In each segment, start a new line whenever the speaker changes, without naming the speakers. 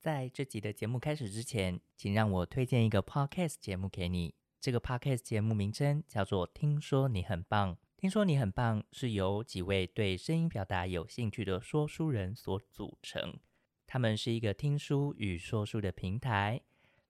在这集的节目开始之前，请让我推荐一个 podcast 节目给你。这个 podcast 节目名称叫做《听说你很棒》。听说你很棒是由几位对声音表达有兴趣的说书人所组成，他们是一个听书与说书的平台。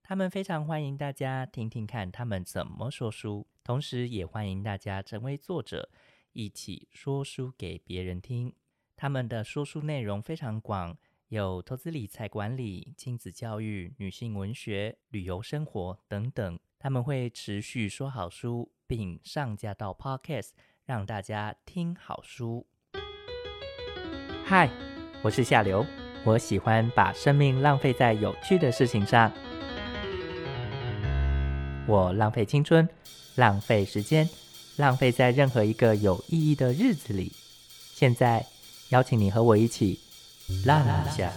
他们非常欢迎大家听听看他们怎么说书，同时也欢迎大家成为作者，一起说书给别人听。他们的说书内容非常广，有投资理财管理、亲子教育、女性文学、旅游生活等等。他们会持续说好书，并上架到 Podcast，让大家听好书。嗨，我是夏流，我喜欢把生命浪费在有趣的事情上。我浪费青春，浪费时间，浪费在任何一个有意义的日子里。现在邀请你和我一起浪一下。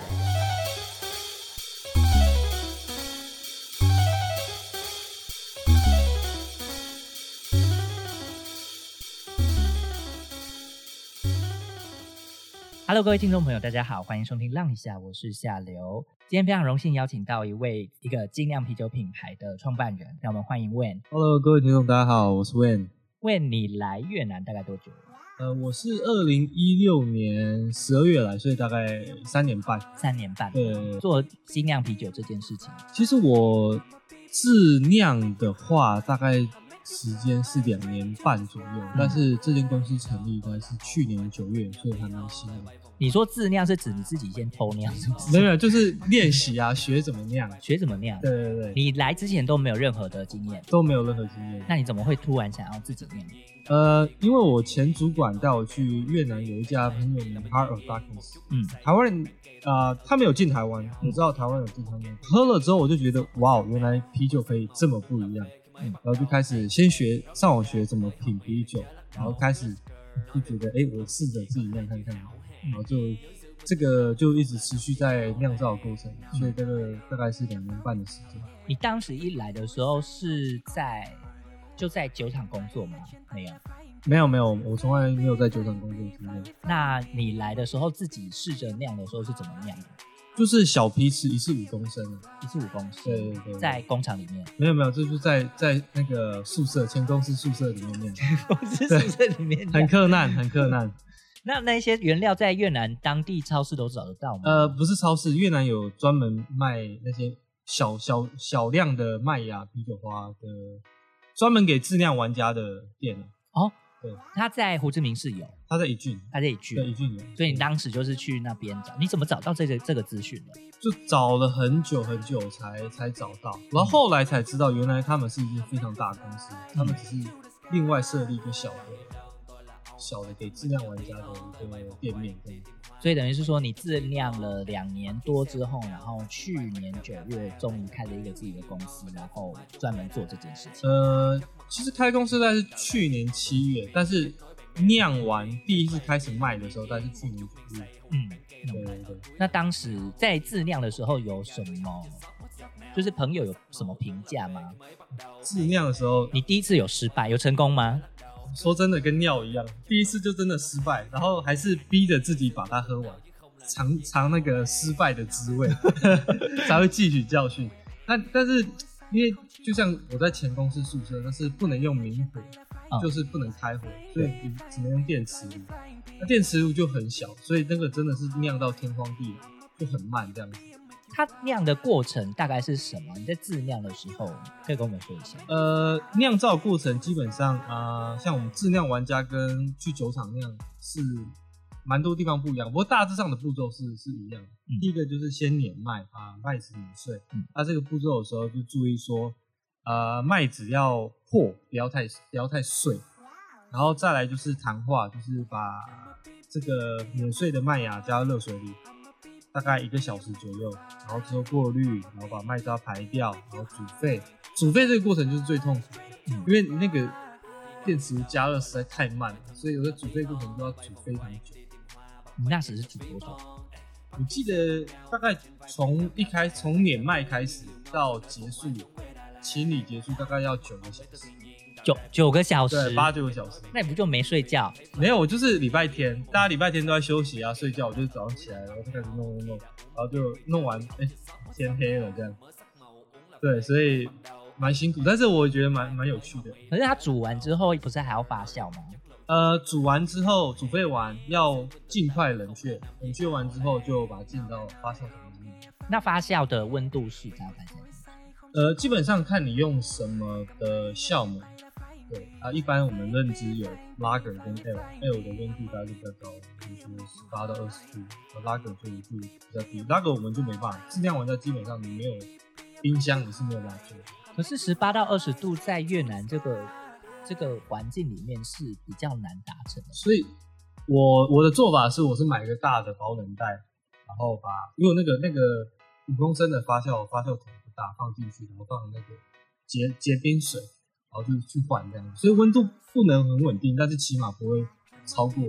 Hello，各位听众朋友，大家好，欢迎收听《浪一下》，我是夏流。今天非常荣幸邀请到一位一个精酿啤酒品牌的创办人，让我们欢迎 Wen。
Hello，各位听众，大家好，我是 Wen。
Wen，你来越南大概多久了？
呃，我是二零一六年十二月来，所以大概三年半。
三年半。
对
做精酿啤酒这件事情，
其实我自酿的话，大概时间是两年半左右，但是这间公司成立应该是去年九月，所以还蛮新的。
你说自酿是指你自己先偷酿，是不是？
没有，就是练习啊，学怎么酿。
学怎么酿？
对对对，
你来之前都没有任何的经验，
都没有任何经验。
那你怎么会突然想要自己酿？
呃，因为我前主管带我去越南有一家很有名的 Heart of Darkness，
嗯，
台湾人啊、呃他没有进台湾，我知道台湾有进台湾，喝了之后我就觉得哇，原来啤酒可以这么不一样，
嗯
然后就开始先学上网学怎么品啤酒，然后开始就觉得哎、我试着自己酿看看，然后就这个就一直持续在酿造的过程，所以这个大概是两年半的时间。
你当时一来的时候是在就在酒厂工作吗？没有。
没有没有，我从来没有在酒厂工作经验，
那你来的时候自己试着酿的时候是怎么酿的？
就是小啤尺一次五公升啊。
一次五公升，
对对对
在工厂里 面，
没有没有，这就是在在那个宿舍前公司宿舍里面酿，
公司宿舍里面酿
很困难，很困难。
那那些原料在越南当地超市都找得到吗？
呃，不是超市，越南有专门卖那些小小小量的麦芽啤酒花的，专门给质量玩家的店啊。
他在胡志明市有，
它在一郡，
他这里去，
对一郡有，
所以你当时就是去那边找，你怎么找到这个这个资讯的？
就找了很久很久才才找到，然后后来才知道，原来他们是一间非常大的公司，他们只是另外设立一个小的小的给质量玩家的一个店面这样子。
所以等于是说你自酿了两年多之后，然后去年九月终于开了一个自己的公司，然后专门做这件事情。
呃，其实开公司大概是去年七月，但是酿完第一次开始卖的时候，大概是去年九月。
嗯，
对对对，
那当时在自酿的时候有什么？就是朋友有什么评价吗？
自酿的时候，
你第一次有失败，有成功吗？
说真的跟尿一样，第一次就真的失败，然后还是逼着自己把它喝完，尝尝那个失败的滋味， 才会汲取教训。那但是因为就像我在前公司宿舍，那是不能用明火，
嗯
就是不能开火，所以你只能用电磁炉。那电磁炉就很小，所以那个真的是酿到天荒地老，就很慢这样子。
它酿的过程大概是什么？你在自酿的时候可以跟我们说一下。
呃，酿造过程基本上啊、呃像我们质量玩家跟去酒厂酿是蛮多地方不一样，不过大致上的步骤是是一样的。
嗯
第一个就是先碾麦啊，麦子碾碎。
嗯
那、这个步骤的时候就注意说，呃，麦子要破，不要太不要太碎。然后再来就是糖化，就是把这个碾碎的麦芽加到热水里，大概一个小时左右，然后之后过滤，然后把麦渣排掉，然后煮沸。煮沸这个过程就是最痛苦的，
嗯
因为那个电磁炉加热实在太慢了，所以有的煮沸过程都要煮非常久。
你那时是煮多久？
我记得大概从一开从碾麦开始到结束，清理结束大概要九个小时，
九九个小时
对，，八九个小时。
那你不就没睡觉？
没有，我就是礼拜天，大家礼拜天都在休息啊，睡觉，我就早上起来，然后就开始弄弄弄，然后就弄完，哎、天黑了这样。对，所以蛮辛苦，但是我觉得蛮蛮有趣的。
可是它煮完之后不是还要发酵吗？
呃，煮完之后，煮沸完要尽快冷却，冷却完之后就把它进到发酵桶里面。
那发酵的温度是大概多少？
呃，基本上看你用什么的酵母。对啊，一般我们认知有 lager 跟 ale，ale 的温度大概就比较高，就是十八到二十度呃，lager 就温度比较低，lager 我们就没办法，质量玩家基本上你没有冰箱你是没有办法做的。
可是十八到二十度在越南这个这个环境里面是比较难达成的。
所以我我的做法是，我是买一个大的保冷袋，然后把因为那个那个五公升的发酵发酵桶不大，放进去，然后放那个结结冰水，然后就去换这样，所以温度不能很稳定，但是起码不会超过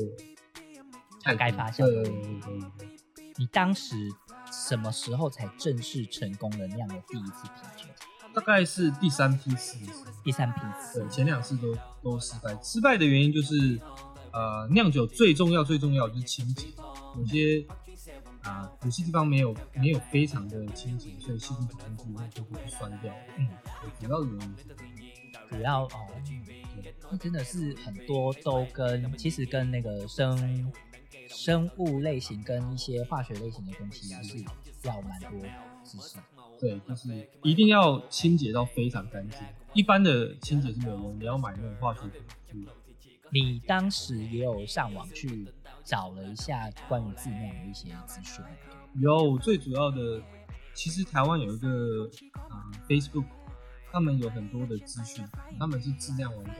大概发酵
对对对对对对
你当时什么时候才正式成功了酿的第一次啤酒？
大概是第三批试一次。
第三批
对，
次，
前两次都都失败。失败的原因就是，呃，酿酒最重要最重要的就是清洁，有些啊有些地方没有没有非常的清洁，所以细菌冲突会就会酸掉。
嗯，
对主要的原因是这个
主要哦，那真的是很多都跟其实跟那个生生物类型跟一些化学类型的东西是要蛮多知识的。
对，就是一定要清洁到非常干净。一般的清洁是没有用，你要买那种化学品去。
你当时也有上网去找了一下关于自酿的一些资讯，
有最主要的，其实台湾有一个啊、Facebook，他们有很多的资讯，他们是质量玩家，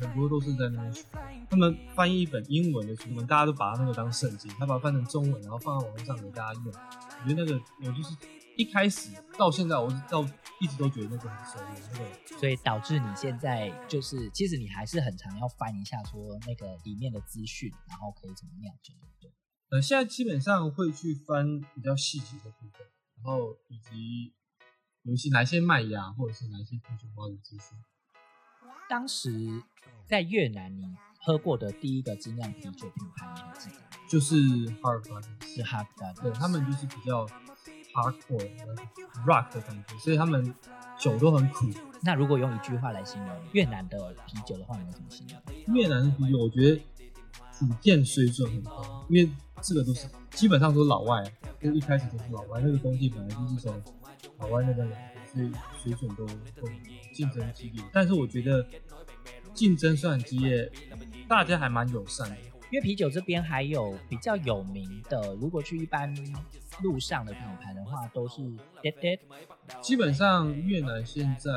很多都是在那边学。他们翻译一本英文的书，我们大家都把它那个当圣经，他把它翻成中文，然后放在网络上给大家用。我觉得那个我就是一开始到现在，我是到一直都觉得那个很受用，那个
所以导致你现在就是，其实你还是很常要翻一下说那个里面的资讯，然后可以怎么酿酒，对不对？
呃，现在基本上会去翻比较细节的部分，然后以及有一些哪一些麦芽或者是哪一些啤酒花的资讯。
当时在越南，你喝过的第一个精酿啤酒品牌，你还记得吗
就是 hard rock，
是 h a r d a
对他们就是比较 hardcore 的 rock 的感觉，所以他们酒都很苦。
那如果用一句话来形容越南的啤酒的话，你会怎么形容？
越南的啤酒我觉得普遍水准很高，因为这个都是基本上都是老外，就是一开始都是老外，那个东西本来就是从老外那边来的，所以水准都都很高竞争激烈。但是我觉得竞争虽然激烈，大家还蛮友善的。
因为啤酒这边还有比较有名的，如果去一般路上的品牌的话，都是 Dead Dead
基本上越南现在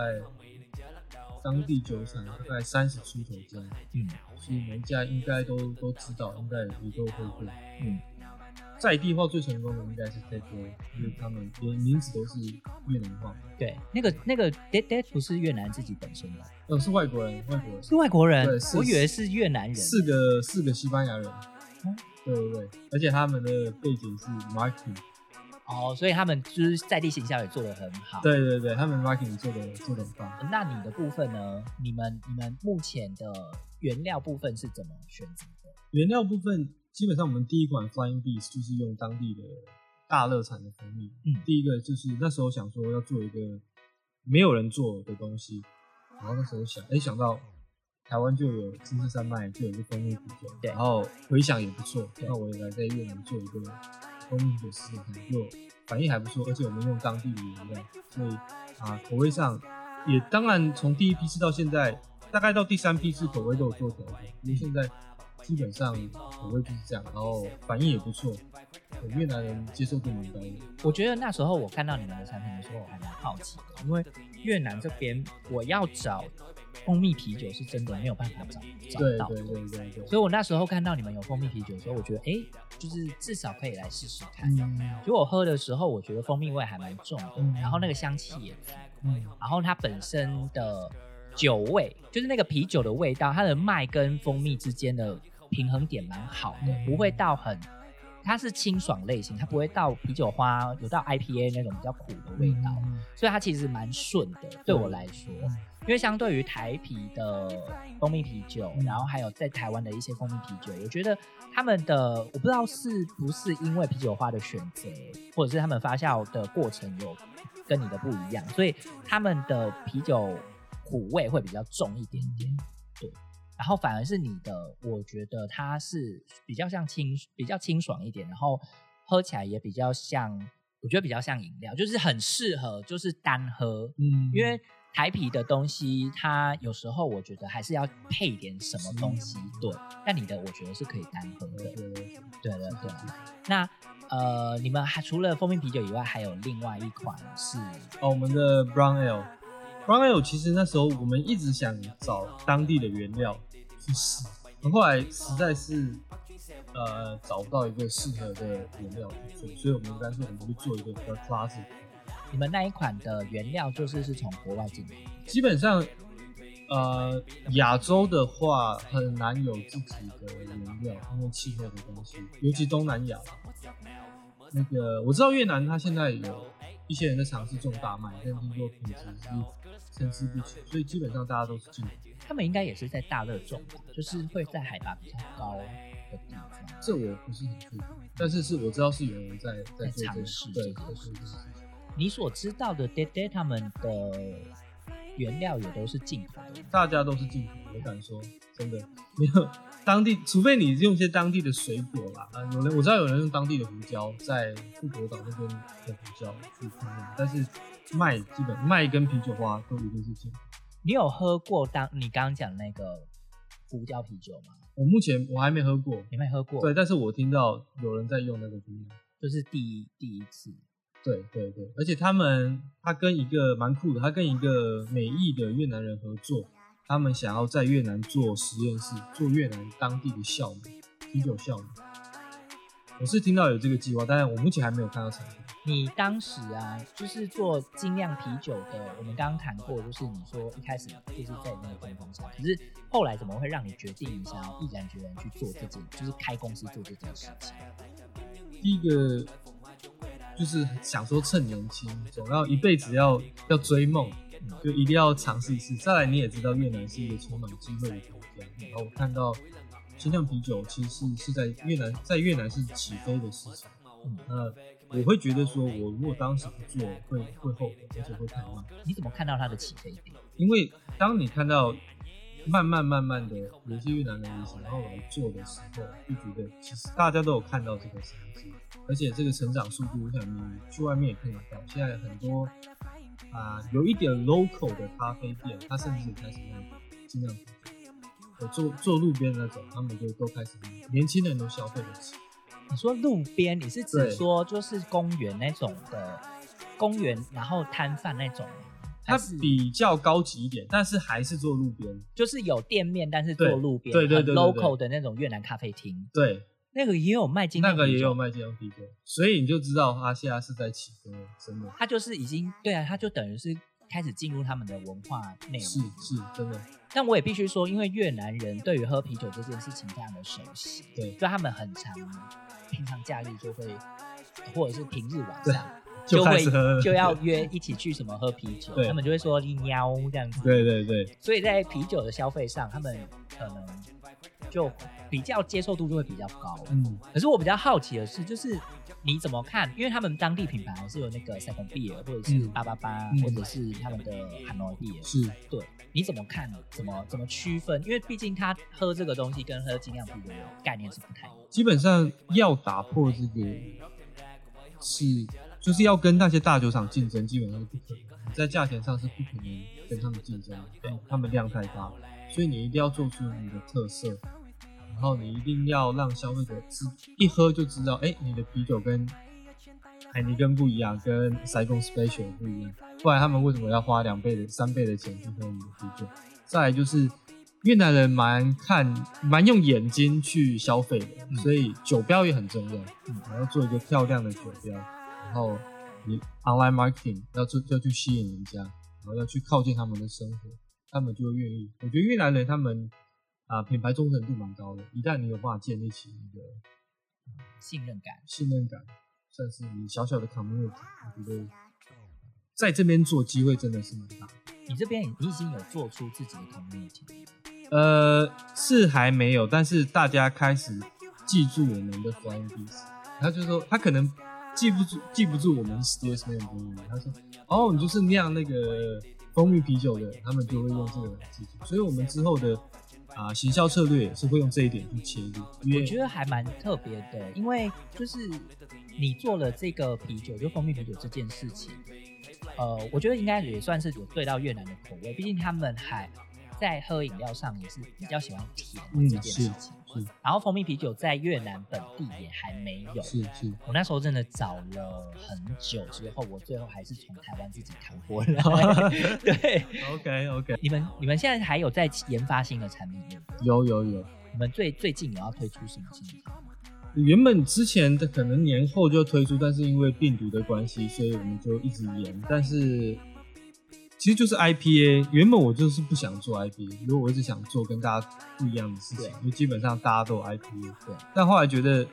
当地酒厂大概三十出头家，
嗯
所以人家应该都都知道，应该也都会过。
嗯，
在地化最成功的应该是 t a k e 因为他们连名字都是越南话，
对，那个那个 Dead Dead 不是越南自己本身的，
呃，是外国人，外国人，
是外国人
对，是
我以为是越南人。
四个四个西班牙人
嗯，
对对对，而且他们的背景是 marketing，
哦，所以他们就是在地形象也做得很好。，
对对对，他们 marketing 做的做的很棒。
那你的部分呢？你们你们目前的原料部分是怎么选择的？
原料部分，基本上我们第一款 Flying Beast 就是用当地的大热产的蜂蜜。
嗯
第一个就是那时候想说要做一个没有人做的东西，然后那时候想，哎、想到台湾就有金色山脉，就有一个蜂蜜啤酒，
对
然后回想也不错，
对
那我也来在越南做一个蜂蜜啤酒试试看，就反应还不错，而且我们用当地的原料，所以啊，口味上也当然从第一批次到现在，大概到第三批次口味都有做调整，因为现在基本上口味就是这样，然后反应也不错，对越南人接受度蛮高的。
我觉得那时候我看到你们的产品的时候，我还蛮好奇的，因为越南这边我要找蜂蜜啤酒是真的没有办法找找
对
到
对
的。
对对对，
所以我那时候看到你们有蜂蜜啤酒的时候，我觉得哎、诶就是至少可以来试试看。
嗯
结果我喝的时候，我觉得蜂蜜味还蛮重的，
嗯
然后那个香气也足，
嗯
然后它本身的酒味，就是那个啤酒的味道，它的麦跟蜂蜜之间的平衡点蛮好的，
嗯
不会到很它是清爽类型，它不会到啤酒花，有到 IPA 那种比较苦的味道，
嗯
所以它其实蛮顺的。对我来说，因为相对于台啤的蜂蜜啤酒，
嗯
然后还有在台湾的一些蜂蜜啤酒，我觉得他们的我不知道是不是因为啤酒花的选择，或者是他们发酵的过程有跟你的不一样，所以他们的啤酒苦味会比较重一点点。对，然后反而是你的，我觉得它是比较像清比较清爽一点，然后喝起来也比较像，我觉得比较像饮料，就是很适合就是单喝，
嗯
因为台啤的东西，它有时候我觉得还是要配点什么东西，对。但你的我觉得是可以单喝的，
对对对
对对对。那呃，你们还除了蜂蜜啤酒以外，还有另外一款是，
哦，我们的 brown ale。brown ale 其实那时候我们一直想找当地的原料去试，后来实在是呃找不到一个适合的原料去做，所以我们干脆我们就做一个 c l a s s
你们那一款的原料就是是从国外进来的，
基本上，呃，亚洲的话很难有自己的原料，因为气候的东西，尤其东南亚。那个我知道越南，它现在有一些人在尝试种大麦，但听说品质是参差不齐，所以基本上大家都是进口。
他们应该也是在大热种吧，就是会在海拔比较高的地方。
这我不是很确定，但是是我知道是有人在在
在
做这
尝
个
试
对，
这
在
个
做这个事情。
你所知道的 d a d a 他们的原料也都是进口的吗，
大家都是进口，我敢说，真的没有当地，除非你用一些当地的水果啦。啊、有人我知道有人用当地的胡椒，在富国岛那边的胡椒去烹饪，但是麦基本麦跟啤酒花都一定是进口。
你有喝过当你刚刚讲那个胡椒啤酒吗？
我目前我还没喝过，
你没喝过？
对，，但是我听到有人在用那个冰酿。
就是第一第一次。
对对对，而且他们他跟一个蛮酷的，他跟一个美裔的越南人合作，他们想要在越南做实验室，做越南当地的酵母，啤酒酵母。我是听到有这个计划，但是我目前还没有看到成品。
你当时啊，就是做精酿啤酒的，我们刚刚谈过，就是你说一开始就是在那个巅峰上，可是后来怎么会让你决定你想要毅然决然去做这件，就是开公司做这件事情？
第一个就是想说趁年轻，总要一辈子要要追梦，就一定要尝试一次。再来，你也知道越南是一个充满机会的国家，然后我看到精酿啤酒其实是是在越南，在越南是起飞的事情。
嗯
那我会觉得说，我如果当时不做，会会后悔，而且会太慢。
你怎么看到它的起飞点？
因为当你看到慢慢慢慢的有些越南人也想要来做的时候，就觉得其实大家都有看到这个商机，而且这个成长速度，我想你去外面也看得到。现在很多啊、有一点 local 的咖啡店，它甚至开始卖精酿啤酒。我呃坐坐路边那种，他们就都开始卖年轻人都消费得起。
你说路边，你是指
对
说就是公园那种的公园，然后摊贩那种吗？
它
还是
比较高级一点，但是还是坐路边。
就是有店面，但是坐
对
路边，
对对
很
对对
local 的那种越南咖啡厅，
对，
那个也有卖精酿
那
啤酒，
个也有卖精酿啤酒，所以你就知道他现在是在起飞了，真的。
他就是已经对啊，他就等于是开始进入他们的文化内
是
容。
是，真的，
但我也必须说，因为越南人对于喝啤酒这件事情非常的熟悉，
对
就他们很常平常假日就会，或者是平日晚
对啊
上
就开
会
始喝
就要约一起去什么喝啤酒，
对
他们就会说你喵这样子，
对对对，
所以在啤酒的消费上，他们可能就比较接受度就会比较高。
嗯，
可是我比较好奇的是，就是你怎么看？因为他们当地品牌还是有那个 Second Beer，或者是
嗯
八八八，
嗯
或者是他们的 Hanoi Beer。
是
对，你怎么看？怎么怎么区分？因为毕竟他喝这个东西跟喝精酿啤酒的概念是不太一样。
基本上要打破这个是，就是要跟那些大酒厂竞争，基本上是不可能，在价钱上是不可能跟他们竞争，对，他们量太大，所以你一定要做出你的特色，然后你一定要让消费者知一喝就知道，哎、你的啤酒跟海尼根不一样，跟 Saigon Special 不一样，不然他们为什么要花两倍的、三倍的钱去喝你的啤酒？再来就是越南人蛮看蛮用眼睛去消费的，
嗯
所以酒标也很重要。
嗯
你要做一个漂亮的酒标，然后你 online marketing 要做要去吸引人家，然后要去靠近他们的生活，他们就会愿意。我觉得越南人他们啊、品牌忠诚度蛮高的，一旦你有办法建立起一个
信任感。
信任感算是你小小的 community，我觉得在这边做机会真的是蛮大的。
你这边你已经有做出自己的 community，
呃，是还没有，但是大家开始记住我们的 Flying Bees，他就说他可能记不住记不住我们 Steers 那个蜂蜜，他说哦，你就是酿那个蜂蜜啤酒的，他们就会用这个来记住，所以我们之后的啊、行销策略也是会用这一点去切入，因
我
为
觉得还蛮特别的，因为就是你做了这个啤酒，就蜂蜜啤酒这件事情，呃，我觉得应该也算是有对到越南的口味，毕竟他们还在喝饮料上也是比较喜欢甜
嗯
这件事情。
是
然后蜂蜜啤酒在越南本地也还没有。
是是，
我那时候真的找了很久之后，我最后还是从台湾自己扛过 来。对，
OK OK，
你们你们现在还有在研发新的产品吗？
有有有，
你们最最近有要推出什么新的产品？
原本之前的可能年后就推出，但是因为病毒的关系，所以我们就一直延。但是其实就是 IPA，原本我就是不想做 IPA，因为我一直想做跟大家不一样的事情
对，
因为基本上大家都有 IPA。
对。
但后来觉得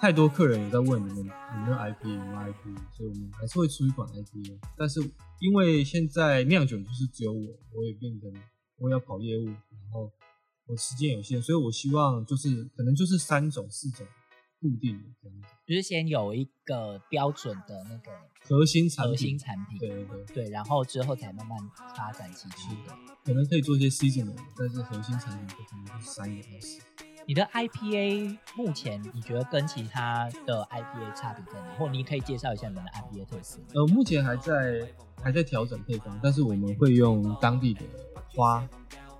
太多客人有在问你们有没有 IPA，有没有 IPA，所以我们还是会出一款 IPA。但是因为现在酿酒就是只有我，我也变成我要跑业务，然后我时间有限，所以我希望就是可能就是三种四种固定的这样子
就是先有一个标准的那个
核心产
核
品
心。产品，
对对对，
对然后之后才慢慢发展其他的。
可能可以做一些 seasonal，但是核心产品就可能就是三个到四个。
你的 IPA 目前你觉得跟其他的 IPA 差别在哪？或你可以介绍一下你们的 IPA 特色。
呃，目前还在还在调整配方，但是我们会用当地的花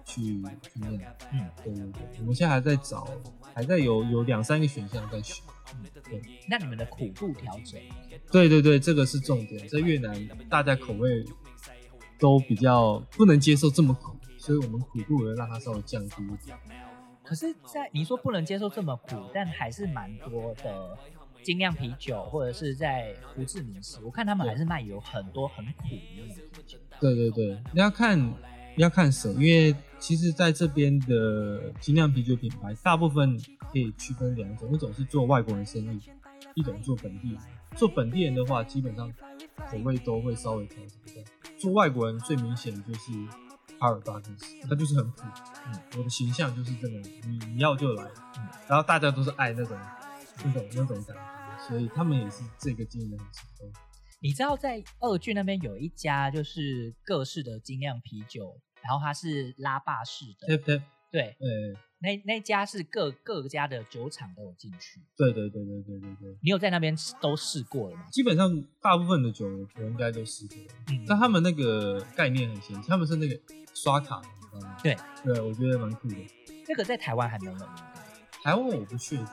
去去酿。
嗯，
对对对，我们现在还在找，还在有有两三个选项在选。
那你们的苦度调整，
对对对，这个是重点，在越南大家口味都比较不能接受这么苦，所以我们苦度也会让它稍微降低一点。
可是在，你说不能接受这么苦，但还是蛮多的精酿啤酒或者是在胡志明市，我看他们还是卖有很多很苦的那种啤酒。
对对对，你要看你要看什么，因为其实在这边的精酿啤酒品牌，大部分可以区分两种，一种是做外国人生意，一种做本地人。做本地人的话，基本上口味都会稍微调整一下。做外国人最明显的就是阿尔巴克斯，它就是很普，嗯，我的形象就是这个，你你要就来，
嗯
然后大家都是爱那种那种那种感觉，所以他们也是这个经营的很成功。
你知道在二郡那边有一家就是各式的精酿啤酒，然后它是拉霸式的，
tap tap，
对，
呃，
那那家是各各家的酒厂都有进去。
对对对对对对对。
你有在那边吃都试过了吗？
基本上大部分的酒我应该都试过，
嗯
但他们那个概念很先进，他们是那个刷卡，你知道吗？
对，
对我觉得蛮酷的。
这个在台湾还没有。对不对
台湾我不确定，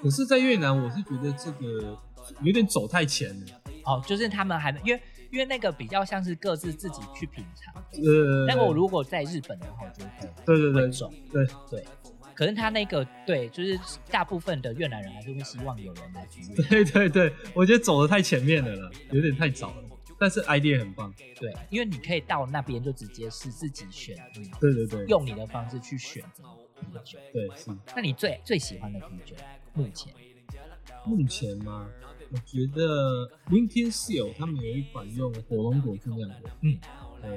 可是在越南我是觉得这个有点走太前了。
哦，就是他们还没，因为因为那个比较像是各自自己去品尝。
呃，
那个我如果在日本的话，我就会
对对
会
对
种。
对
对，可是他那个对，就是大部分的越南人还是会希望有人来服务。
对对对，我觉得走的太前面了啦，有点太早了。但是 idea 很棒，
对，因为你可以到那边就直接是自己选嗯你
对对对，
用你的方式去选择啤酒。
对是。
那你最最喜欢的啤酒，目前
目前吗？我觉得 Winter Seal 他们有一款用火龙果去酿的，
嗯，
呃，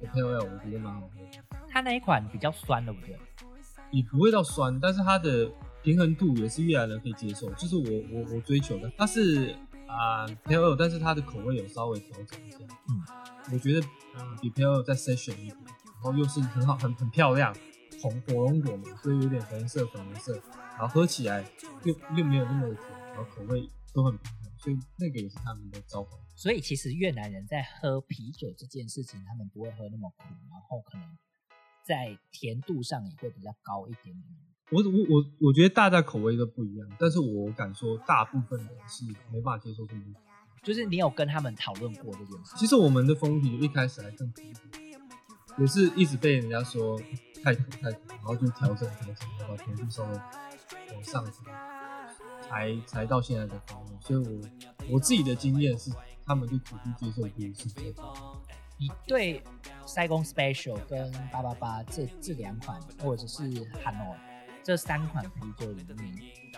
我朋友要我觉得蛮好喝的。
它那一款比较酸，对不对？
也不会到酸，但是它的平衡度也是越来越可以接受，就是我我我追求的，它是啊、呃、p a l e 但是它的口味有稍微调整一下，
嗯，
我觉得呃比 p a l e 再 session 一点，然后又是很好很很漂亮，红火龙果嘛，所以有点红色粉红色，然后喝起来又又没有那么的甜，然后口味都很平衡，所以那个也是他们的招牌。
所以其实越南人在喝啤酒这件事情，他们不会喝那么苦，然后可能在甜度上也会比较高一点点。
我我我我觉得大家口味都不一样，但是我敢说大部分人是没办法接受这么多
就是你有跟他们讨论过这件事？
其实我们的风啤一开始还更苦一点，也是一直被人家说太苦太苦，然后就调整调整，然后把甜度稍微往上走，才才到现在的方面。所以我我自己的经验是，他们对苦度接受度是最高的。
你对塞工 Special 跟八八八这这两款，或者是 Hanoi 这三款啤酒里面，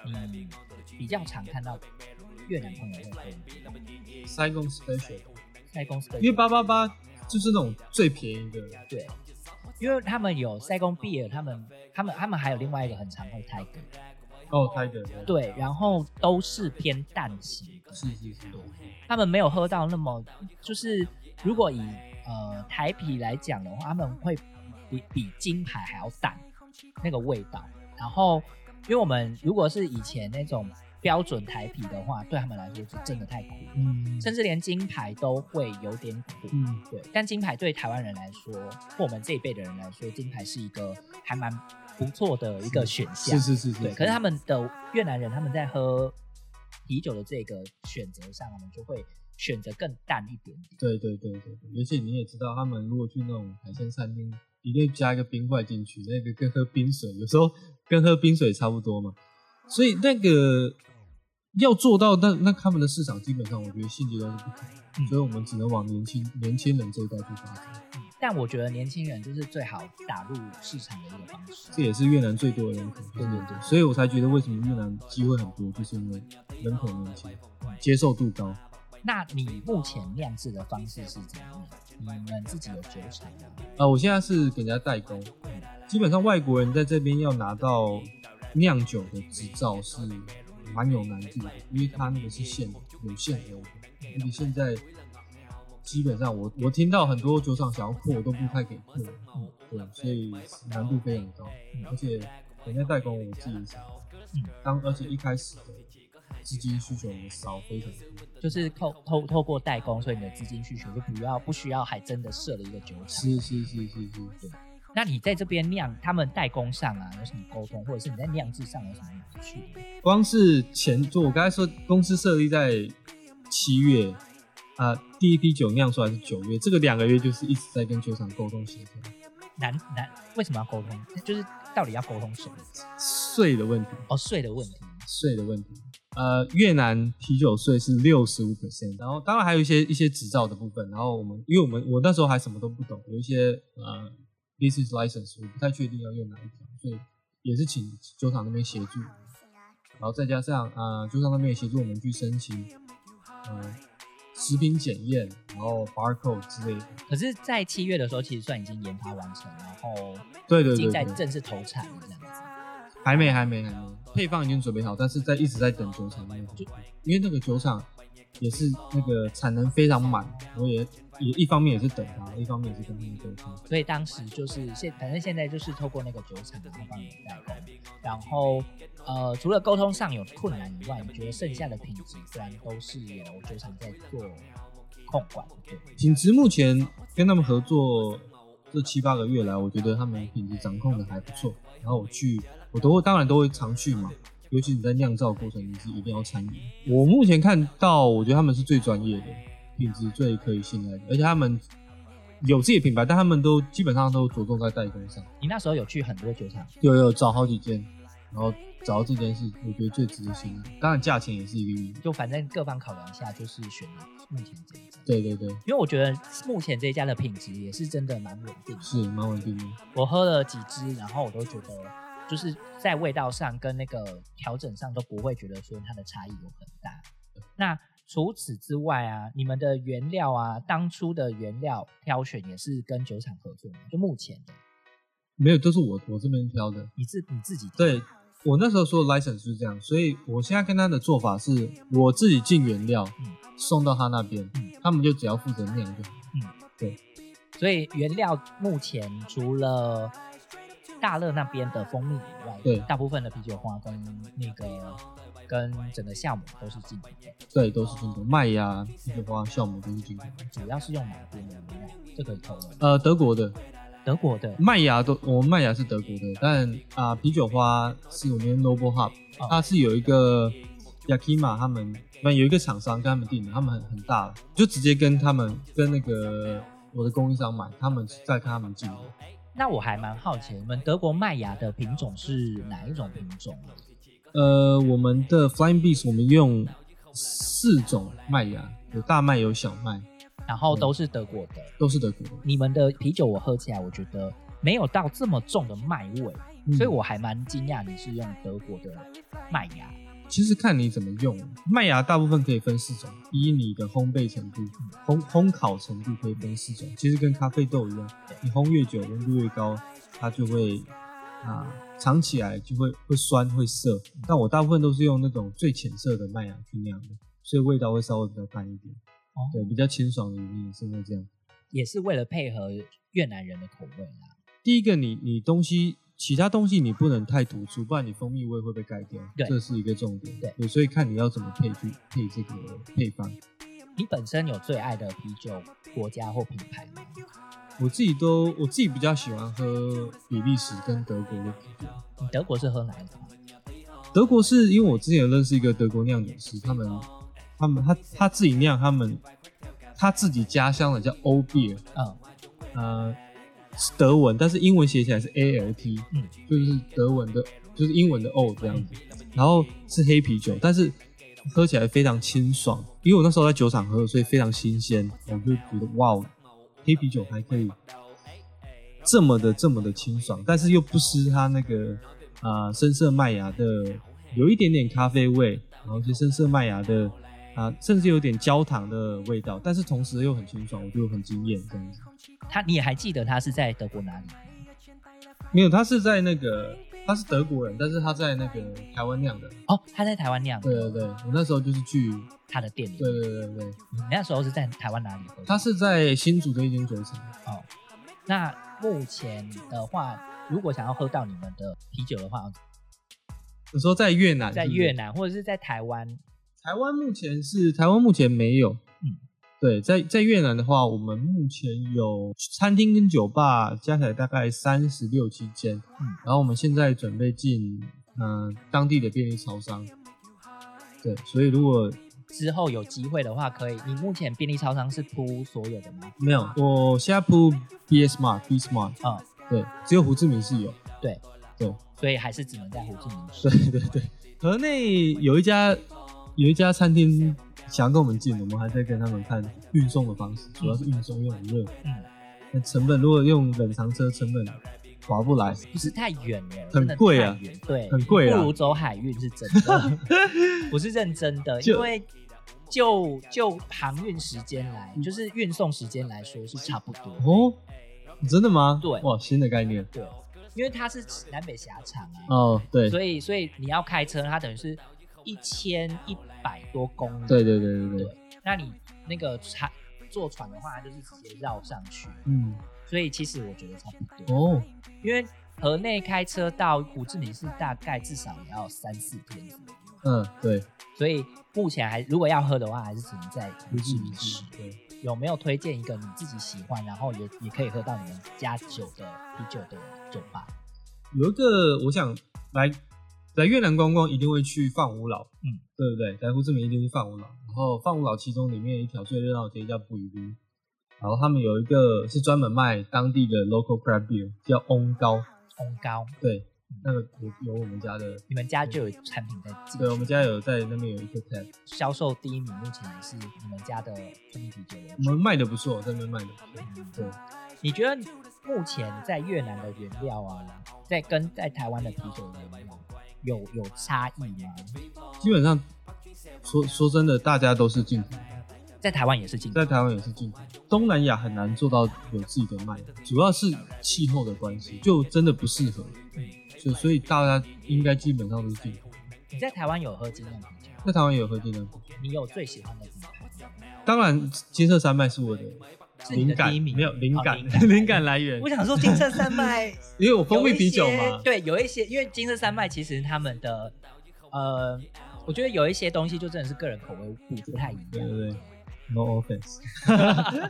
嗯，比较常看到越南朋友会喝
塞贡 special，
塞公司的，
因为八八八就是那种最便宜的，
对，因为他们有塞公 b e 他们他们他们还有另外一个很常会泰格，
哦，泰格的，
对，然后都是偏淡型的，
是是是，
他们没有喝到那么，就是如果以呃台啤来讲的话，他们会比比金牌还要淡那个味道。然后，因为我们如果是以前那种标准台啤的话，对他们来说是真的太苦，
嗯，
甚至连金牌都会有点苦。
嗯，
对，但金牌对台湾人来说，或我们这一辈的人来说，金牌是一个还蛮不错的一个选项
嗯是。是是是，
对，可是他们的越南人他们在喝啤酒的这个选择上，他们就会选择更淡一点点。
对对对对，对而且你也知道，他们如果去那种海鲜餐厅，一定加一个冰块进去，那个跟喝冰水有时候跟喝冰水差不多嘛。所以那个要做到那那他们的市场，基本上我觉得现阶段是不可能，
嗯
所以我们只能往年轻年轻人这一代去发展。
但我觉得年轻人就是最好打入市场的一个方式。
这也是越南最多的人口，对对对，所以我才觉得为什么越南机会很多，就是因为人口年轻，接受度高。
那你目前酿制的方式是怎样的？你们自己有酒厂吗？
啊，我现在是给人家代工，基本上外国人在这边要拿到酿酒的执照是蛮有难度的，因为他那个是限有限流的，而且现在基本上我我听到很多酒厂想要扩都不太给扩，嗯对，所以难度非常高，嗯而且人家代工我自己也想，当而且一开始的资金需求也少非常多，
就是透透透过代工，所以你的资金需求就不要不需要还真的设了一个酒厂。
是是是是是，对。
那你在这边酿，他们代工上啊有什么沟通，或者是你在酿制上有什么有趣的？
光是前就我刚才说，公司设立在七月，啊、第一批酒酿出来是九月，这个两个月就是一直在跟酒厂沟通协调
难难为什么要沟通？就是到底要沟通什么？
税的问题，
哦，税的问题。
税的问题。呃，越南啤酒税是六十五 percent，然后当然还有一些一些执照的部分，然后我们因为我们我那时候还什么都不懂，有一些呃 business license 我不太确定要用哪一条，所以也是请酒厂那边协助，然后再加上啊，呃酒厂那边也协助我们去申请，呃，食品检验，然后 barcode 之类的。
可是，在七月的时候，其实算已经研发完成，然后
对对
已
对
经在
对，
正式投产了这样子。
还没还没还没，配方已经准备好，但是在一直在等酒厂那边，因为那个酒厂也是那个产能非常满，我也也一方面也是等他，一方面也是跟他们沟通。
所以当时就是现，反正现在就是透过那个酒厂，然后帮你代工。然后，呃，除了沟通上有困难以外，你觉得剩下的品质虽然都是由酒厂在做控管，对不对，
品质目前跟他们合作这七八个月来，我觉得他们品质掌控的还不错。然后我去，我都会当然都会常去嘛，尤其你在酿造过程，你是一定要参与。我目前看到，我觉得他们是最专业的，品质最可以信赖的，而且他们有自己的品牌，但他们都基本上都着重在代工上。
你那时候有去很多酒厂，
有有找好几间，然后找到这件事，我觉得最值得信赖。当然，价钱也是一个原因。
就反正各方考量一下，就是选了目前这一家。
对对对，
因为我觉得目前这一家的品质也是真的蛮稳定的。
是蛮稳定的。
我喝了几支，然后我都觉得就是在味道上跟那个调整上都不会觉得说它的差异有很大。那除此之外啊，你们的原料啊，当初的原料挑选也是跟酒厂合作吗？就目前的，
没有，都是我我这边挑的。
你自你自己挑
对我那时候说的 license 就是这样，所以我现在跟他的做法是我自己进原料，
嗯
送到他那边，
嗯
他们就只要负责酿就好。
所以原料目前除了大乐那边的蜂蜜以外，
对
大部分的啤酒花跟那个跟整个酵母都是进口的，
对，都是进口麦芽、啤酒花、酵母都是进口。
主要是用哪边的原料？这可以透露吗。
呃，德国的
德国的
麦芽都，我们麦芽是德国的，但啊、啤酒花是我们 Noble Hub，
哦
它是有一个 Yakima 他们，那有一个厂商跟他们订的，他们很很大，就直接跟他们跟那个我的供应商买，他们再跟他们进口。
那我还蛮好奇，你们德国麦芽的品种是哪一种品种啊？
呃，我们的 Flying Bees 我们用四种麦芽，有大麦有小麦，
然后
嗯
都是德国的。
都是德国的。
你们的啤酒我喝起来，我觉得没有到这么重的麦味，
嗯
所以我还蛮惊讶你是用德国的麦芽。
其实看你怎么用，麦芽大部分可以分四种，依你的烘焙程度、烘烘烤程度可以分四种。其实跟咖啡豆一样，你烘越久，温度越高，它就会啊尝起来就会会酸会涩。但我大部分都是用那种最浅色的麦芽去酿的，所以味道会稍微比较淡一点。
哦
对，比较清爽的饮也是会这样。
也是为了配合越南人的口味啦。
第一个你，你东西其他东西你不能太突出，不然你蜂蜜味会被盖掉，
对
这是一个重点。
对
所以看你要怎么配去配这个配方。
你本身有最爱的啤酒国家或品牌吗？
我自己都我自己比较喜欢喝比利时跟德国的啤酒。
你德国是喝哪一种？
嗯德国是因为我之前有认识一个德国酿酒师，他们他们他他自己酿他们他自己家乡的叫欧比尔，
嗯，
呃，是德文，但是英文写起来是 A L T，
嗯
就是德文的，就是英文的 O 这样子。然后是黑啤酒，但是喝起来非常清爽，因为我那时候在酒厂喝，所以非常新鲜，我就觉得哇，哦黑啤酒还可以这么的这么的清爽，但是又不失它那个啊、呃深色麦芽的有一点点咖啡味，然后一些深色麦芽的。啊，甚至有点焦糖的味道，但是同时又很清爽，我就很惊艳这样子。
他你也还记得他是在德国哪里吗？
没有，他是在那个，他是德国人，但是他在那个台湾酿的。
哦，他在台湾酿
对
的，
对对，我那时候就是去，
他的店里。
对对对对对，
你那时候是在台湾哪里喝的？
他是在新竹的一间酒厂。
哦。那目前的话，如果想要喝到你们的啤酒的话，
有时候在越南，
在
是不是
越南或者是在台湾，
台湾目前是台湾目前没有，
嗯，
对，在在越南的话，我们目前有餐厅跟酒吧加起来大概三十六七间，
嗯
然后我们现在准备进嗯、呃当地的便利超商，对，所以如果
之后有机会的话，可以。你目前便利超商是铺所有的吗？
没有，我现在铺 B S Mart B Smart，
嗯，
对，只有胡志明市有，
所以还是只能在胡志明市。
对对对，河内有一家有一家餐厅想要跟我们进，我们还在跟他们看运送的方式，主要是运送又很热，
嗯，
那成本如果用冷藏车成本划不来，
不是太远了，
很
真的
贵啊
太远对，
很贵啊
不如走海运是真 的，我是认真的，
就
因为就就航运时间来，就是运送时间来说是差不多，
嗯哦，真的吗？
对
哇，新的概念
对，因为它是南北狭长啊，
哦，对，对
所以所以你要开车，它等于是一千一百多公里，
对对对对，
那你那个船坐船的话，它就是直接绕上去，
嗯，
所以其实我觉得差不多，
哦，
因为河内开车到胡志明市大概至少也要三四天左右。
嗯，对，
所以目前还如果要喝的话，还是只能在胡志明市。
对，
有没有推荐一个你自己喜欢，然后也也可以喝到你们家酒的啤酒的酒吧？
有一个我想来来越南观光一定会去放五老，
嗯，
对不对？来胡志明一定是放五老，然后放五老其中里面一条最热闹的街叫布里路，然后他们有一个是专门卖当地的 local crab beer，叫翁高，
红高，
对，那个有有我们家的，
你们家就有产品在进
对，我们家有在那边有一个 tap，
销售第一名，目前也是你们家的蜂蜜啤酒为
我
主。
们卖的不错，在那边卖的不错，
嗯
对，
你觉得目前在越南的原料啊，在跟在台湾的啤酒的原料有有差异吗？
基本上说说真的，大家都是进口，
在台湾也是进口
在台湾也是进口，东南亚很难做到有自己的卖，主要是气候的关系，就真的不适合。所以所以大家应该基本上都是进口。
你在台湾有喝精酿啤酒，
在台湾也有喝进的，
你有最喜欢的品牌吗？
当然金色山脉是我的
是你
灵
的
感
第一，名，
没有灵
哦
感，
灵
灵
感
感来源
我，想说金色山 脉
因为我蜂
有
蜜
一
啤酒
些
嘛，
对，有一些，因为金色山脉其实他们的呃，我觉得有一些东西就真的是个人口味不不太一
对
样。
对对，no offense，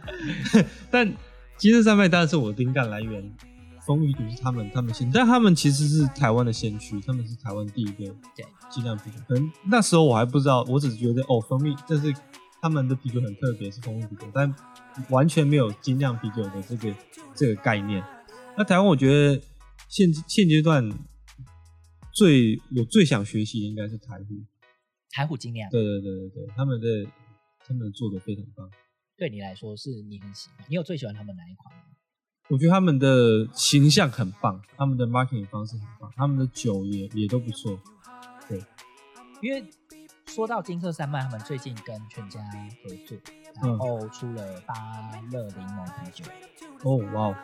但金色山脉当然是我灵感来源，风雨谷是他们他们先，但他们其实是台湾的先驱，他们是台湾第一个
对
精酿啤酒，可能那时候我还不知道，我只觉得哦，蜂蜜这是他们的啤酒很特别，是蜂蜜啤酒，但完全没有精酿啤酒的这个这个概念。那台湾我觉得现现阶段最我最想学习的应该是台虎，
柴虎精酿
对对对对对，他们的他们做的非常棒，
对你来说是你很喜欢，你有最喜欢他们哪一款吗？
我觉得他们的形象很棒，他们的 marketing 方式很棒，法，他们的酒也也都不错。
因为说到金色山脉，他们最近跟全家合作，
嗯
然后出了巴乐柠檬啤酒，
哦，哇哦，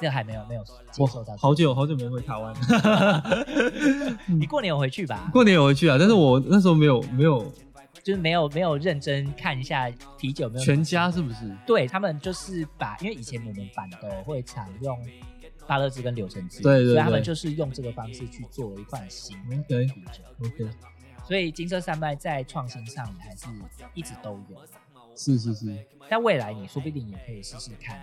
这还没有没有接
我
受到。
好久好久没回台湾，
你过年有回去吧？
过年有回去啊，但是我那时候没有没有
就是没有没有认真看一下啤酒有没有
全家是不是？
对他们就是把，因为以前我们板的会常用芭乐汁跟柳橙汁，
对对
所以他
对
们就是用这个方式去做一款新的
OK
啤酒。
OK，
所以金色山脉在创新上还是一直都有，
是是是，
但未来你说不定也可以试试看。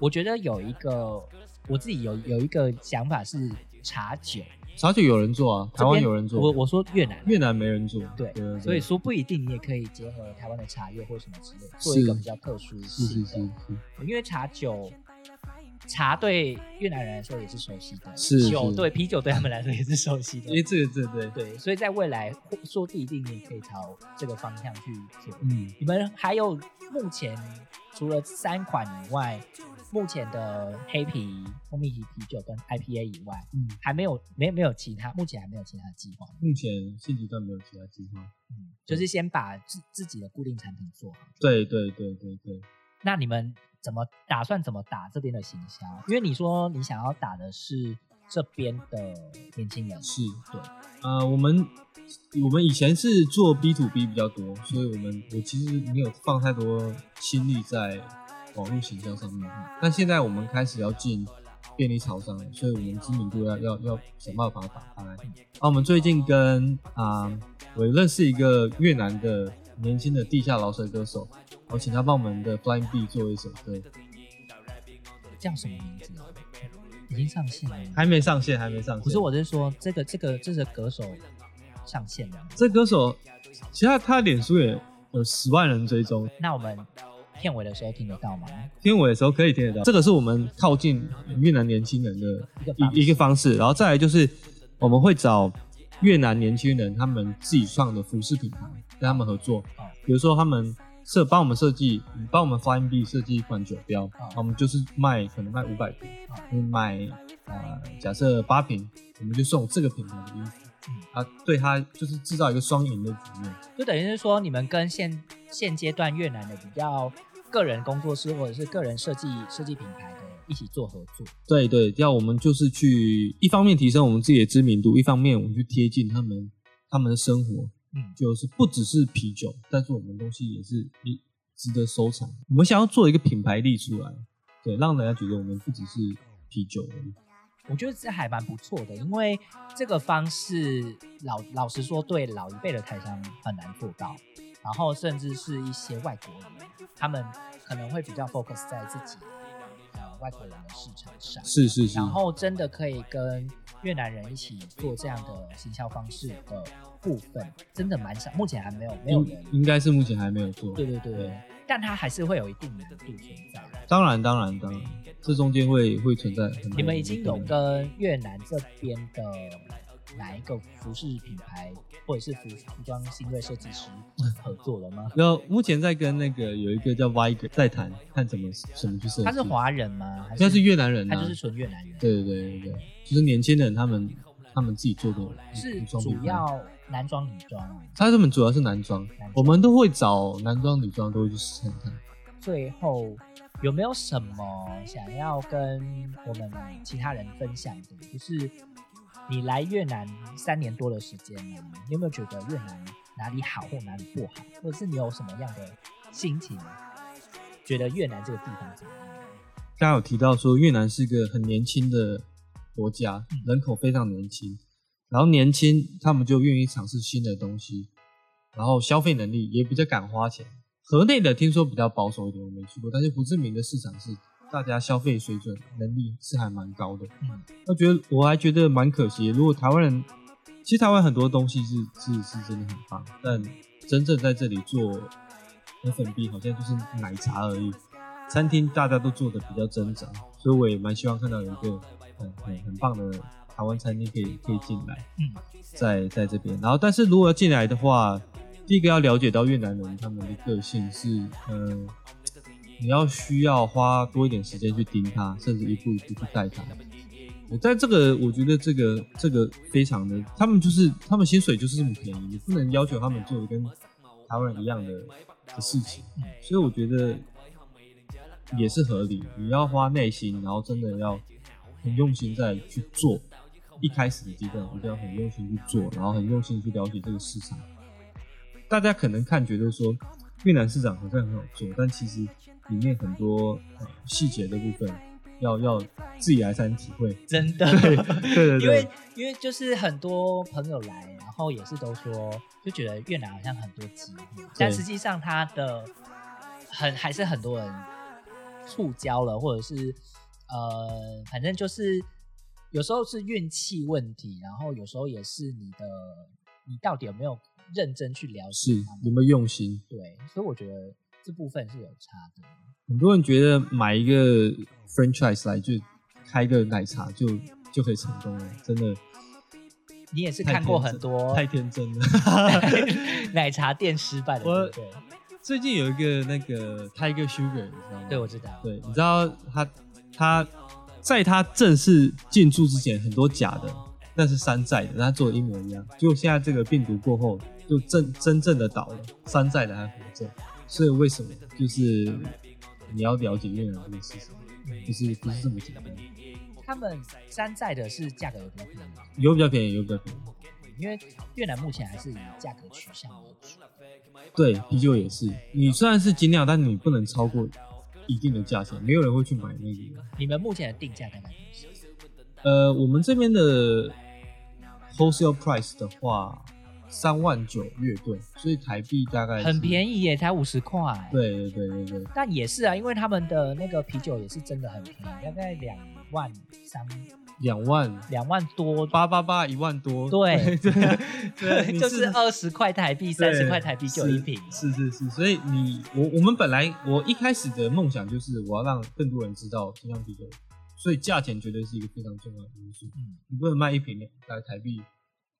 我觉得有一个我自己有有一个想法是茶酒，
茶酒有人做啊，台
这
湾
边
有人
我
做，
我说越南
越南没人做，
对
对对，
所以
是
说不一定你也可以结合台湾的茶叶或什么之类，做一个
是
比较特殊
是
性
是
的。
是
因为茶酒，茶对越南人来说也是熟悉的，
是
酒
是
对啤酒对他们来说也是熟悉的
是，。哎，这个这个对，
对，所以在未来或说不一定你也可以朝这个方向去做。
嗯，
你们还有目前除了三款以外，目前的黑啤、蜂蜜啤啤酒跟 IPA 以外，
嗯
还没有没没有其他，目前还没有其他的计划。
目前现阶段没有其他计划。
嗯，就是先把自自己的固定产品做好。
对对对对对，
那你们怎么打算怎么打这边的行销？因为你说你想要打的是这边的年轻人，
是
对，
呃，我们我们以前是做 B to B 比较多，所以我们我其实没有放太多心力在网络形象上面。但现在我们开始要进便利超商了，所以我们知名度要要要想办法打开。啊，我们最近跟啊、我认识一个越南的年轻的地下饶舌歌手，我请他帮我们的 Blind B 做一首歌，
叫什么名字啊？已经上线了吗？
还没上线，还没上线。
不是，我是说这个这个这个歌手上线了吗。
这歌手，其实他他脸书也有十万人追踪，
那我们片尾的时候听得到吗？
听尾的时候可以听得到。这个是我们靠近越南年轻人的
一个方式
一一个方式，然后再来就是我们会找越南年轻人他们自己创的服饰品牌跟他们合作
哦，
比如说他们设帮我们设计，帮我们 Flying B 设计一款酒标，我们就是卖可能卖五百瓶，嗯买呃假设八瓶，我们就送这个品牌的衣服。啊，对他就是制造一个双赢的局面，
就等于是说你们跟现现阶段越南的比较个人工作室或者是个人设计设计品牌的一起做合作。
对对，要我们就是去一方面提升我们自己的知名度，一方面我们去贴近他们他们的生活，
嗯，
就是不只是啤酒，但是我们东西也是一值得收藏。我们想要做一个品牌力出来，对，让人家觉得我们不只是啤酒而已。
我觉得这还蛮不错的，因为这个方式老老实说，对老一辈的台商很难做到，然后甚至是一些外国人，他们可能会比较 focus 在自己呃外国人的市场上，
是是是
然，后真的可以跟越南人一起做这样的行销方式的部分，真的蛮少，目前还没有没有
应
人，
应该是目前还没有做。
对对对对，但它还是会有一定难度存在。
当然当然当然，这中间会会存在很多。？
嗯你们已经有跟越南这边的哪一个服饰品牌或者是服服装新锐设计师合作了吗
然后目前在跟那个有一个叫 Viger 在谈，看怎么怎么去设计。
他是华人吗？还
应该是越南人、啊，
他就是纯越南人。，
对对对对对，就是年轻人他们他们自己做的
是
服装品
主
牌
要男装女装啊。
他们主要是男装
男装，
我们都会找男装、女装都会去试看看。
最后有没有什么想要跟我们其他人分享的？就是你来越南三年多的时间了，你有没有觉得越南哪里好或哪里不好，或者是你有什么样的心情，觉得越南这个地方怎么样？
刚刚有提到说越南是个很年轻的国家
嗯，
人口非常年轻，然后年轻他们就愿意尝试新的东西，然后消费能力也比较敢花钱。河内的听说比较保守一点，我没去过，但是胡志明的市场是大家消费水准能力是还蛮高的。
嗯，
我觉得我还觉得蛮可惜的。如果台湾人，其实台湾很多东西是是是真的很棒，但真正在这里做 F&B 好像就是奶茶而已。餐厅大家都做的比较挣扎，所以我也蛮希望看到有一个很很很棒的台湾餐厅可以可以进来，
嗯，
在在这边。然后，但是如果要进来的话，第一个要了解到越南人他们的个性是，嗯、你要需要花多一点时间去盯他，甚至一步一步去带他。但这个我觉得这个这个非常的，他们就是他们薪水就是这么便宜，也不能要求他们做的跟台湾人一样的的事情，
嗯
所以我觉得也是合理。你要花耐心，然后真的要很用心再去做。一开始的阶段，我就要很用心去做，然后很用心去了解这个市场。大家可能看觉得说越南市场好像很好做，但其实里面很多呃细节的部分要要自己来才能体会。
真的，
对对
因为
对，
因为就是很多朋友来，然后也是都说，就觉得越南好像很多机遇，但实际上它的很还是很多人触礁了，或者是呃，反正就是有时候是运气问题，然后有时候也是你的你到底有没有认真去了
是
解他
有
们，
没有用心？
对，所以我觉得这部分是有差的。
很多人觉得买一个 franchise 来就开个奶茶就就可以成功了，真的
你也是
太
看过
天
很
真
多
太天真了。
奶茶店失败的，
我
对不对？
最近有一个那个 Tiger Sugar，你知道吗？
对，我知道。
对，你知道他他在他正式进驻之前，很多假的，那是山寨的，但他做的一模一样。结果现在这个病毒过后，就真真正的倒了，山寨的还活着。所以为什么就是你要了解越南这个事情，就是不是这么简单？
他们山寨的是价格有多低，
有比较便宜，有比较便宜。
因为越南目前还是以价格取向为主。
对，啤酒也是，你虽然是精酿，但你不能超过一定的价钱，没有人会去买那个。
你们目前的定价大概多少？
呃，我们这边的 wholesale price 的话，三万九乐队，所以台币大概
很
宜。
便宜耶，才五十块。，
对对对对对，
但也是啊，因为他们的那个啤酒也是真的很便宜，大概两万三、
两万
两万多。
八八八一万多。
对
对对，你
就是二十块台币、三十
对
块台币就有一瓶。
是是是，所以你我我们本来我一开始的梦想就是我要让更多人知道精酿啤酒，所以价钱绝对是一个非常重要的因素。
嗯
你不能卖一瓶两大概台币，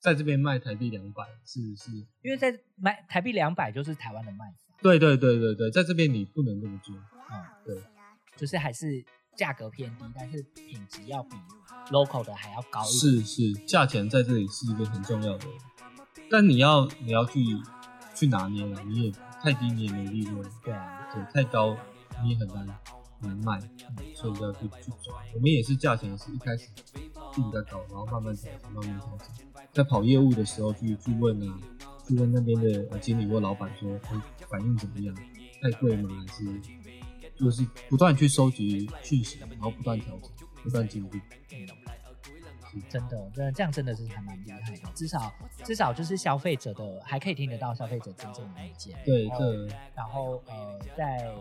在这边卖台币两百，是是，
因为在买台币两百就是台湾的卖法，
对对对对对，在这边你不能这么做。
嗯，
对，
就是还是价格偏低，但是品质要比 local 的还要高一点。
是是，价钱在这里是一个很重要的，但你要你要去去拿捏了，你也太低你也没利润，
对啊，
对，太高你也很难难卖，嗯所以要去去抓。我们也是价钱也是一开始定在高，然后慢慢调整，慢慢调整。在跑业务的时候去去问啊，去问那边的呃经理或老板说，哎、反应怎么样？太贵吗？还是就是不断去收集讯息，然后不断调整，不断进步。
真的，真的这样真的是还蛮厉害的，至少至少就是消费者的还可以听得到消费者真正的意见，
对，
然
这
后然后呃，在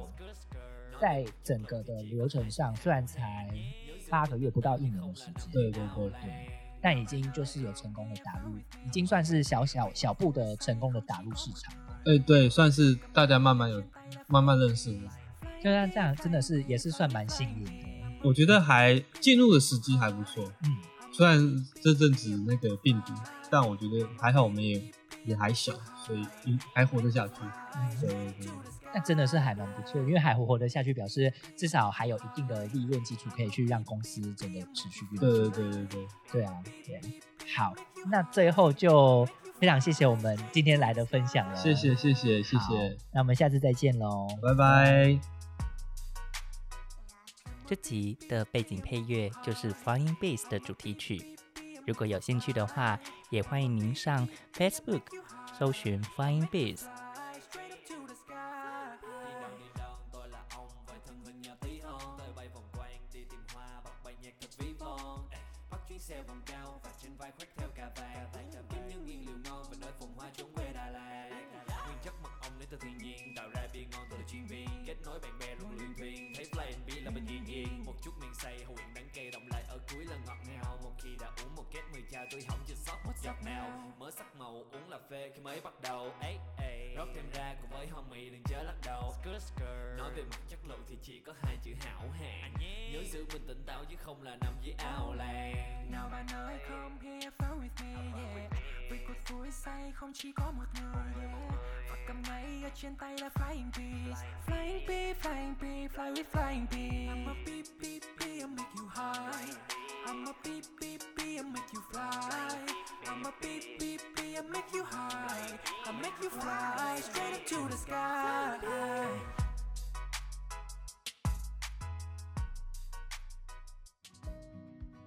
在整个的流程上，虽然才八个月不到一年的时间，
对对对
对，但已经就是有成功的打入，已经算是小小小步的成功的打入市场。
哎、对，算是大家慢慢有慢慢认识我。
就像这样，真的是也是算蛮幸运的。
我觉得还进入的时机还不错，
嗯，
虽然这阵子那个病毒，但我觉得还好，我们也也还小，所以应还活得下去。
嗯
对对对，
那真的是还蛮不错，因为还活得下去，表示至少还有一定的利润基础可以去让公司整个持续运作。
对对对对对，
对啊，对啊。好，那最后就非常谢谢我们今天来的分享了，
谢谢，谢谢谢
好
谢，
那我们下次再见喽，
拜拜。
这集的背景配乐就是《Flying Bass》的主题曲。如果有兴趣的话，也欢迎您上 Facebook 搜寻 Flying Bass。
Nào bà nói come here flow with me yeah Vì cuộc vui say không chỉ có một người yeah Và cầm ngay ở trên tay là flying bees Flying bee, flying bee, fly with flying bee I'm a bee, bee, bee, I'll make you high I'm a bee,
make you high. I'll make you fly straight up to the sky.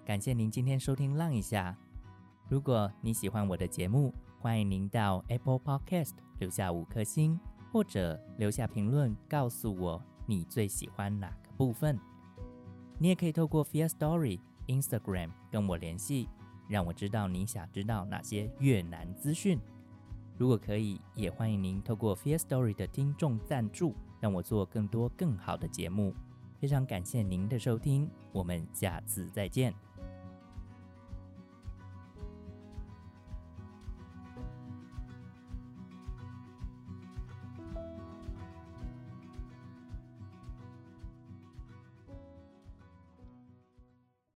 感谢您今天收听《浪一下》。如果你喜欢我的节目，欢迎您到 Apple Podcast 留下五颗星，或者留下评论告诉我你最喜欢哪个部分。你也可以透过 Fear Story Instagram 跟我联系，让我知道你想知道哪些越南资讯。如果可以，也欢迎您透过 Fear Story 的听众赞助，让我做更多更好的节目。非常感谢您的收听，我们下次再见，